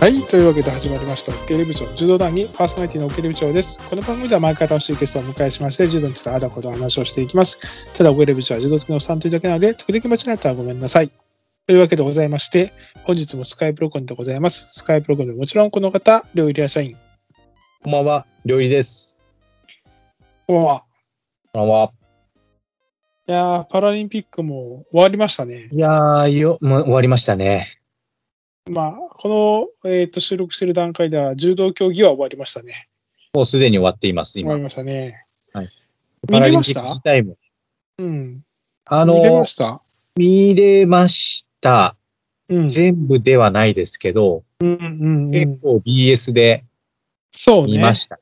はい。というわけで始まりました。経理部長、柔道団義パーソナリティの経理部長です。この番組では毎回楽しいゲストをお迎えしまして、柔道についてあだこと話をしていきます。ただ、経理部長は柔道好きのおっさんというだけなので、時々間違えたらごめんなさい。というわけでございまして、本日もスカイプロコンでございます。スカイプロコンでもちろんこの方、両入り社員。こんばんは、料理です。こんばんは。こんばんは。いやー、パラリンピックも終わりましたね。いやー、よ、もう終わりましたね。まあ、この、えー、と収録している段階では、柔道競技は終わりましたね。もうすでに終わっています、終わ今。りましたね。はい。見パラれリンまピしックた自体も。うん。あ見れまの、した見れました。うん。全部ではないですけど、うんうんう結ん、構 BS でそう見ね。ました。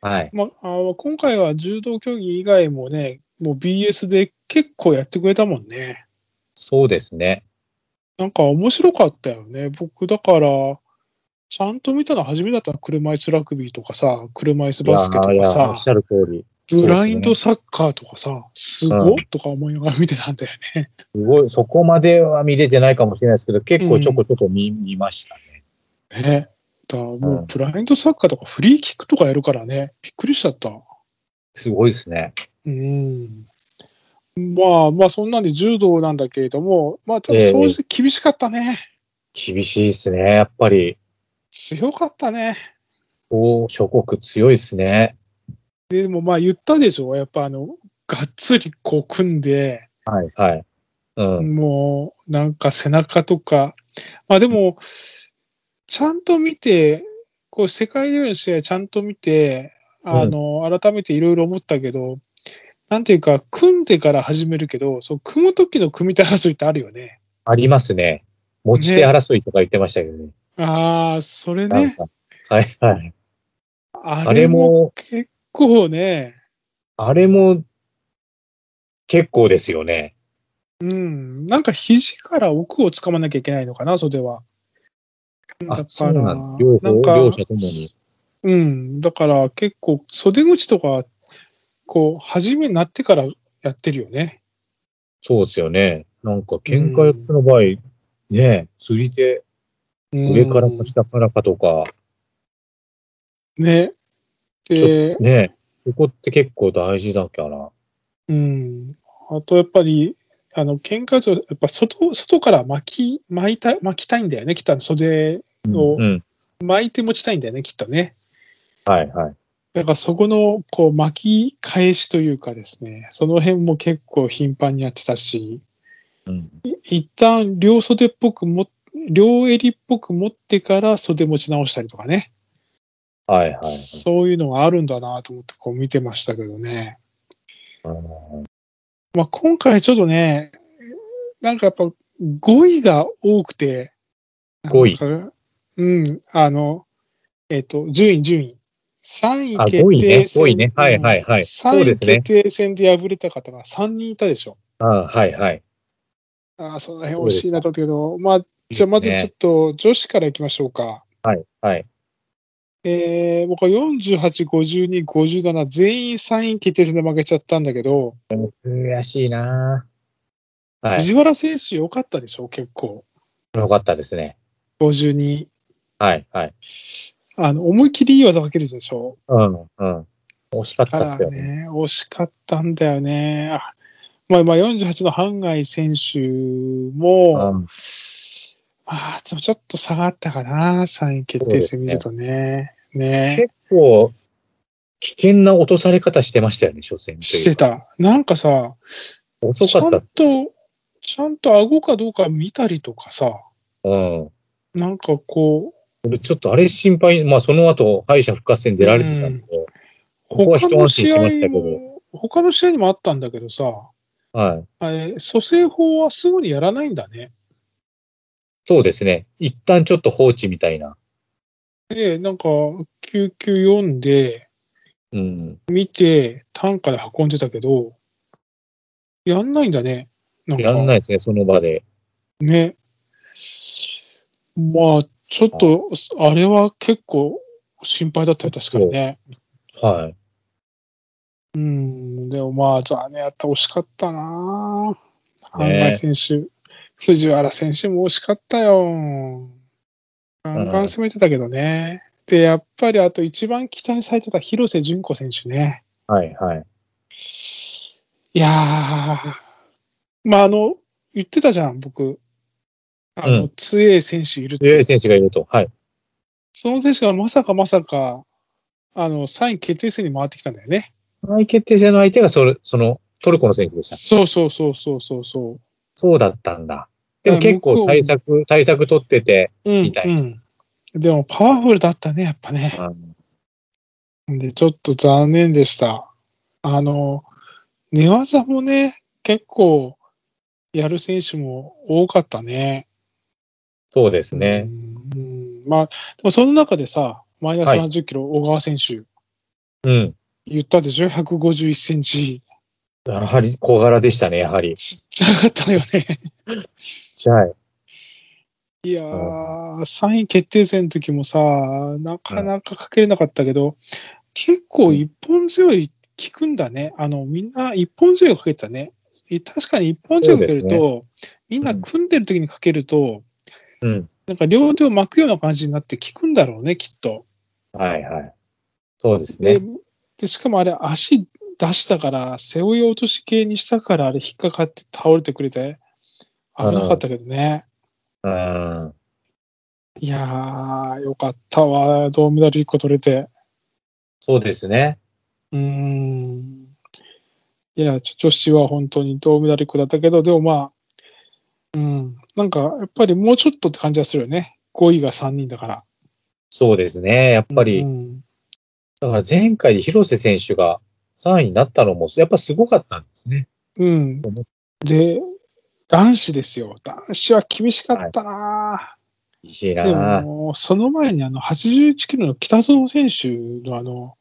はい。まあの、今回は柔道競技以外もね、もう BS で結構やってくれたもんね。そうですね。なんか面白かったよね。僕、だから、ちゃんと見たの初めだったら車椅子ラグビーとかさ、車椅子バスケといやかーいやーおさっ、しゃる通り。ブラインドサッカーとかさ、すごっとか思いながら見てたんだよね。すごい、そこまでは見れてないかもしれないですけど、結構ちょこちょこ見,、見ましたね。ねだからもううんブラインドサッカーとかフリーキックとかやるからね、びっくりしちゃった。すごいですね。うんまあまあそんなんで柔道なんだけれども、まあただええ掃除厳しかったね。厳しいですね、やっぱり。強かったね。欧諸国強いですね。でもまあ言ったでしょ。やっぱあの、がっつりこう組んで、はい。はい。うん。もうなんか背中とか。まあでも、ちゃんと見て、こう世界レベルの試合ちゃんと見て、あの、改めていろいろ思ったけど、なんていうか、組んでから始めるけど、そう、組む時の組み手争いってあるよね。ありますね。持ち手争いとか言ってましたけどね。ああ、それなんね。か。はいはい。ああれれもも、結構ね、あれも、結構ですよね。うん、なんか肘から奥をつかまなきゃいけないのかな、袖は。あ、そうなんだ。両な方ん、か両者ともに。うん、だから結構袖口とか、こう、初めになってからやってるよね。そうですよね。なんか、喧嘩四つの場合、ね、釣り手、うん上からか下からかとか、ね。で、ね、そこって結構大事だから。うん。あとやっぱり、あの、喧嘩場、やっぱ外、外から巻き、巻いた、巻きたいんだよね、きっと袖、うんおうん。巻いて持ちたいんだよね、きっとね。はいはい。だからそこのこう巻き返しというかですね、その辺も結構頻繁にやってたし、うん。一旦両袖っぽくも、両襟っぽく持ってから袖持ち直したりとかね、はいはい。そういうのがあるんだなと思ってこう見てましたけどね。まあ、今回ちょっとね、なんかやっぱ語彙が多くて、 5位。なんかうん、あの、えっ、と、順位、順位。3位あ、決5位ね。定戦。 5位ね。はいはいはい。そう3で位すね決。定戦で敗れた方が3人いたでしょ。あはいはい。ああ、その辺惜しいなと思ったけど、まあ、じゃあまずちょっいいですねと女子からいきましょうか。はい。えー、僕は48、52、57、全員3位決定戦で負けちゃったんだけど、悔しいなぁはい。藤原選手良かったでしょ、結構。よかったですね。 52。はい、はい。あの、思いっきりいい技かけるでしょ。うん、うん。惜しかったかですけらどね。ね、惜しかったんだよね。あまあ、まあ48のハンガイ選手うも、ん、ああ、でもちょっと差があったかな、3位決定戦見るとね。ね結構、危険な落とされ方してましたよね、初戦というかしてた。なんかさ、遅ちゃかっんたっす。と、ちゃんと顎かどうか見たりとかさ、うん。なんかこう、俺ちょっとあれ心配、まあその後、敗者復活戦出られてたんで、ここは一安心しました他の試合けど、も、他の試合にもあったんだけどさ、はい。あれ蘇生法はすぐにやらないんだね。そうですね。一旦ちょっと放置みたいな。で、なんか、救急読んで、うん。見て、単価で運んでたけど、やんないんだね。なんかやんないですね、その場で。ね。まあ、ちょっと、あれは結構心配だったよ、確かにね。はい。うん、でもまあ、残念やった、惜しかったな。ね半井選手、藤原選手も惜しかったよ。うん、バンスも言ってたけどね。で、やっぱりあと一番期待されてた広瀬純子選手ね。はいはい。いやー、まあ、あの、言ってたじゃん、僕。あうの、ん強い選手いるって。強い選手がいると。はい。その選手がまさかまさか、あの、3位決定戦に回ってきたんだよね。相決定戦の相手がそれ、その、トルコの選手でした。そうそうそうそうそうそそうだったんだ。でもうん結向こ構う対策、対策取ってて、う。うん。みたいうん。でも、パワフルだったね、やっぱね。あので、ちょっと残念でした。あの、寝技もね、結構やる選手も多かったね。そうですうね。ん。うんまあ、でもその中でさ、マイナスはい30キロ、小川選手、うん。言ったでしょ ?151 センチ。やはり小柄でしたね、やはり。ちっちゃかったよね。じゃあ、いやー、3位決定戦の時もさ、なかなかかけれなかったけど、結構一本強い効くんだね。あの、みんな一本強いかけてたね。い確かに一本強いかけると、みんな組んでる時にかけると、うん。なんか両手を巻くような感じになって効くんだろうね、きっと。はいはい。そうですで、ね。でしかもあれ、足出したから、背負い落とし系にしたから、あれ引っかかって倒れてくれて、危なかったけどね。うん。いやー、よかったわ、銅メダル1個取れて。そうですね。うーん。いや、ちょ女子は本当に銅メダル1個だったけど、でもまあ、うん、なんかやっぱりもうちょっとって感じはするよね。5位が3人だから。やっそうですね。やっぱり、うん、だから前回で広瀬選手が3位になったのも、やっぱすごかったんですね。うん。で、男子ですよ。男子は厳しかったな、厳しいなでも、その前にあの81キロの北園選手のあの、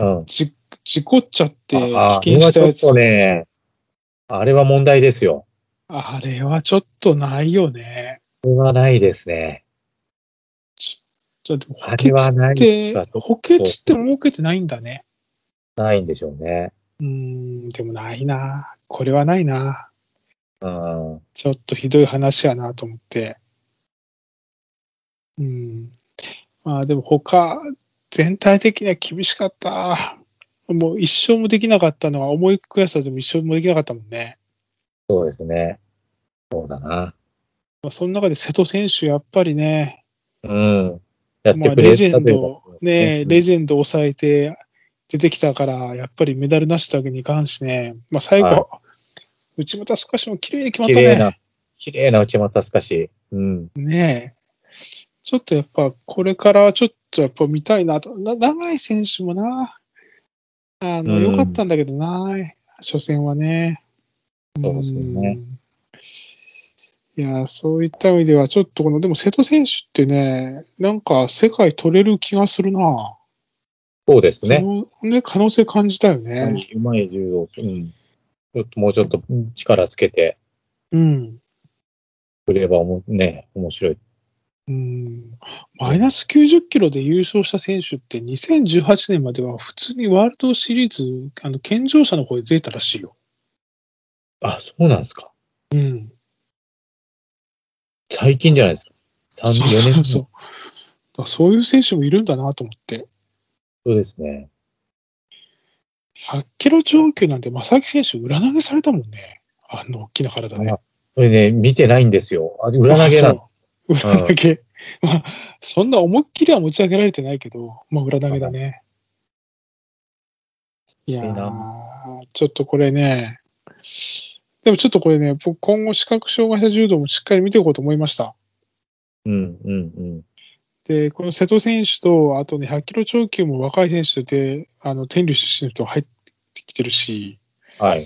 うん。じ事故っちゃってあ棄あ権したやあれはちょっつと。ね、あれは問題ですよ。あれはちょっとないよね。それはないですね。ちょっと補あれ欠はなっいですてわ、補欠って設けてないんだね。ないんでしょうね。うーん、でもないな。これはないな。うん。ちょっとひどい話やなと思って。うん。まあでも他、全体的には厳しかった。もう一生もできなかったのは重い悔しさでも一生もできなかったもんね。そうですね。そうだな。まあ、その中で瀬戸選手、やっぱりね、うん。やっまてあ、くレれジェたンというかド、ね、レジジェンドを抑えて出てきたから、やっぱりメダルなしだけにいかんしね、まあ、最後、はい内股少しも綺麗に決まっ綺た麗ね。な、綺麗な内股すかし。うん。ねえちょっとやっぱ、これからはちょっとやっぱ見たいなと、な長い選手もな、あの、うん良かったんだけどな、初戦はね。そうですよねうん。いや、そういった意味では、ちょっとこの、でも瀬戸選手ってね、なんか世界取れる気がするな。そうですね。可能ね、可能性感じたよね。うまい柔道。うん。ちょっともうちょっと力つけてうん。くればおもね、面白い。うん、マイナス90キロで優勝した選手って2018年までは普通にワールドシリーズ、あの、健常者の方で出たらしいよ。あ、そうなんですか。うん。最近じゃないですか。3、4そう年そ前うそう。だからそういう選手もいるんだなと思って。そうですね。 100キロ超級なんて正木選手裏投げされたもんね。あの大きな体ね。あこれね、見てないんですよ。あ裏投げなの。あそう 裏投げ。まあ、そんな思いっきりは持ち上げられてないけど、まあ、裏投げだね。いやいいーなちょっとこれね、でもちょっとこれね、僕今後視覚障害者柔道もしっかり見ていこうと思いました。うん、うん、で、この瀬戸選手と、あとね、100キロ超級も若い選手で、あの、天竜出身の人が入ってきてるし、うん。はい。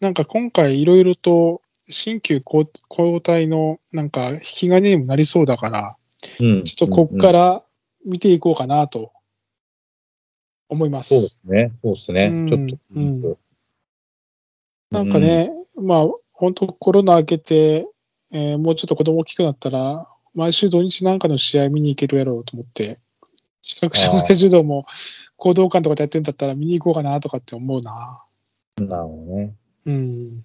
なんか今回いろいろと、新旧交交代のなんか引き金にもなりそうだから、うん、ちょっとこっか。ら見ていこうかなと思いま。そうですすね。そうですね。うんちょっと、うんなんかね、まあ、本当コロナ明けて、えーもうちょっと子供大きくなったら、毎週土日なんかの試合見に行けるやろうと思って、視覚障害児童も行動館とかでやってんだったら見に行こうかなとかって思うな。なるほどね。うん。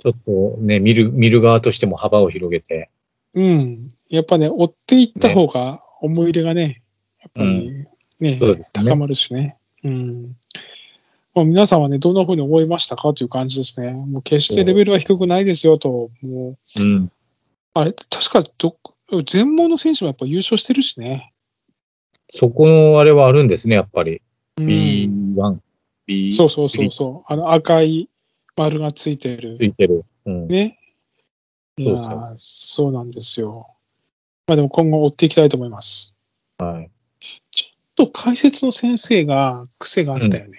ちょっとね、見る、見る側としても幅を広げて。うん。いやっぱね、追っていった方が思い入れがね、やっぱりね、そうですね高まるしね。うん。まあ、皆さんはね、どんな風に思いましたかという感じですね。もう決してレベルは低くないですよと、もう、うん。あれ、確かど、全盲の選手もやっぱ優勝してるしね。そこのあれはあるんですね、やっぱり。うん、 B1、B3 そうそうそうそう。あの赤い丸がついてるつ。いてる。うん。ね。いそやうそうーそうなんですよ。まあでも今後追っていきたいと思います。はい。と、解説の先生が癖があったよね。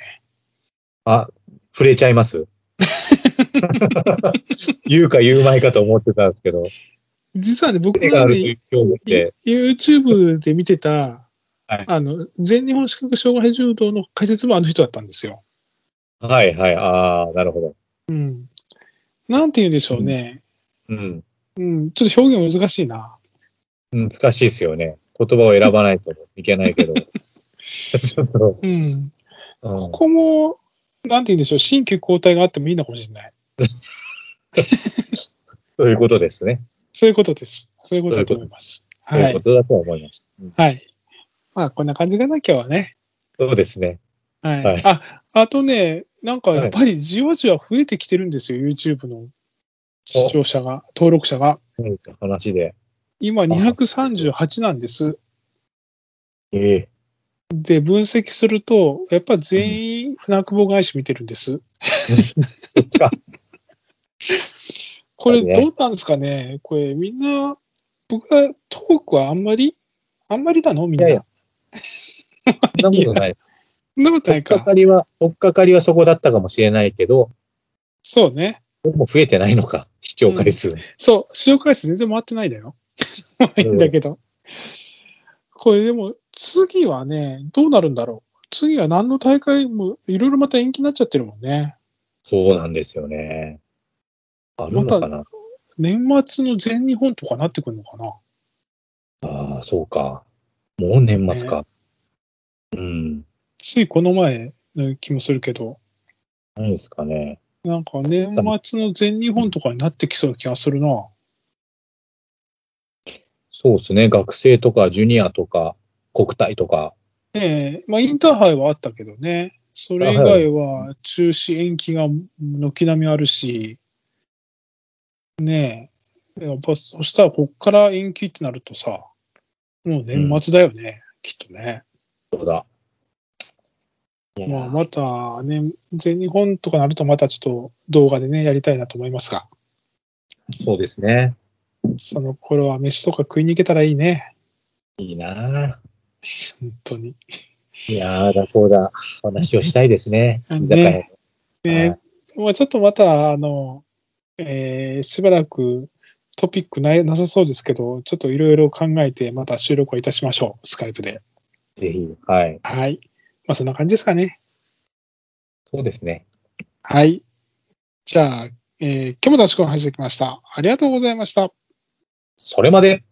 あ、触れちゃいます 言うか言うまいかと思ってたんですけど、実はね、僕手があが、るといね、う興味って、 YouTube で見てた、はいあの、全日本視覚障害柔道の解説もあの人だったんですよ。はいはい、ああ、なるほど。うん。なんて言うんでしょうね。うん。うん、ちょっと表現難しいな。うん難しいですよね。言葉を選ばないといけな いけど。ちょっと、うん。うんここも、なんて言うんでしょう。新旧交代があってもいいのかもしれない。そういうことですね。そういうことです。そういうことだと思います。そういはういこ。とだと思いました。うんはい。まあ、こんな感じかな、今日はね。そうですね。はい。はいあ、あとね、なんかやっぱりじわじわ増えてきてるんですよ、YouTube の視聴者が、登録者が。うん話で。今238なんです。ええで、分析すると、やっぱ全員船久保返し見てるんです。そっちか。これはいねどうなんですかねこれみんな、僕はトークはあんまり、あんまりなのみんな。いやいやそんなことない です。そんなことな追っいかかか。りは、追っかかりはそこだったかもしれないけど、 そうね。もう増えてないのか、視聴回数。そう、視聴回数全然回ってないだよ。ま あいいんだけど。これでも、次はね、どうなるんだろう。次は何の大会も、いろいろまた延期になっちゃってるもんね。そうなんですよね。あるのかな、年末の全日本とかなってくるのかな。ああ、そうか。もう年末か。うん。ついこの前の気もするけど、何ですかね。なんか年末の全日本とかになってきそうな気がするな。そうですね。学生とか、ジュニアとか、国体とか。ええまあインターハイはあったけどね。それ以外は中止延期が軒並みあるし、ねえ、やっぱそしたらこっから延期ってなるとさ、もう年末だよね、きっとね。そうだ。いやーまあまたね、全日本とかなるとまたちょっと動画でね、やりたいなと思いますが、そうですね。その頃は飯とか食いに行けたらいいね。いいなあ本当に。いやーだこうだ。話をしたいですね。 ね居酒屋はねまあちょっとまた、あの、えーしばらくトピックないなさそうですけど、ちょっといろいろ考えて、また収録をいたしましょう、スカイプで。いぜひ。はい。はい。まあ、そんな感じですかね。そうですね。はい。じゃあ、えー今日も楽しくお話しできました。ありがとうございました。それまで。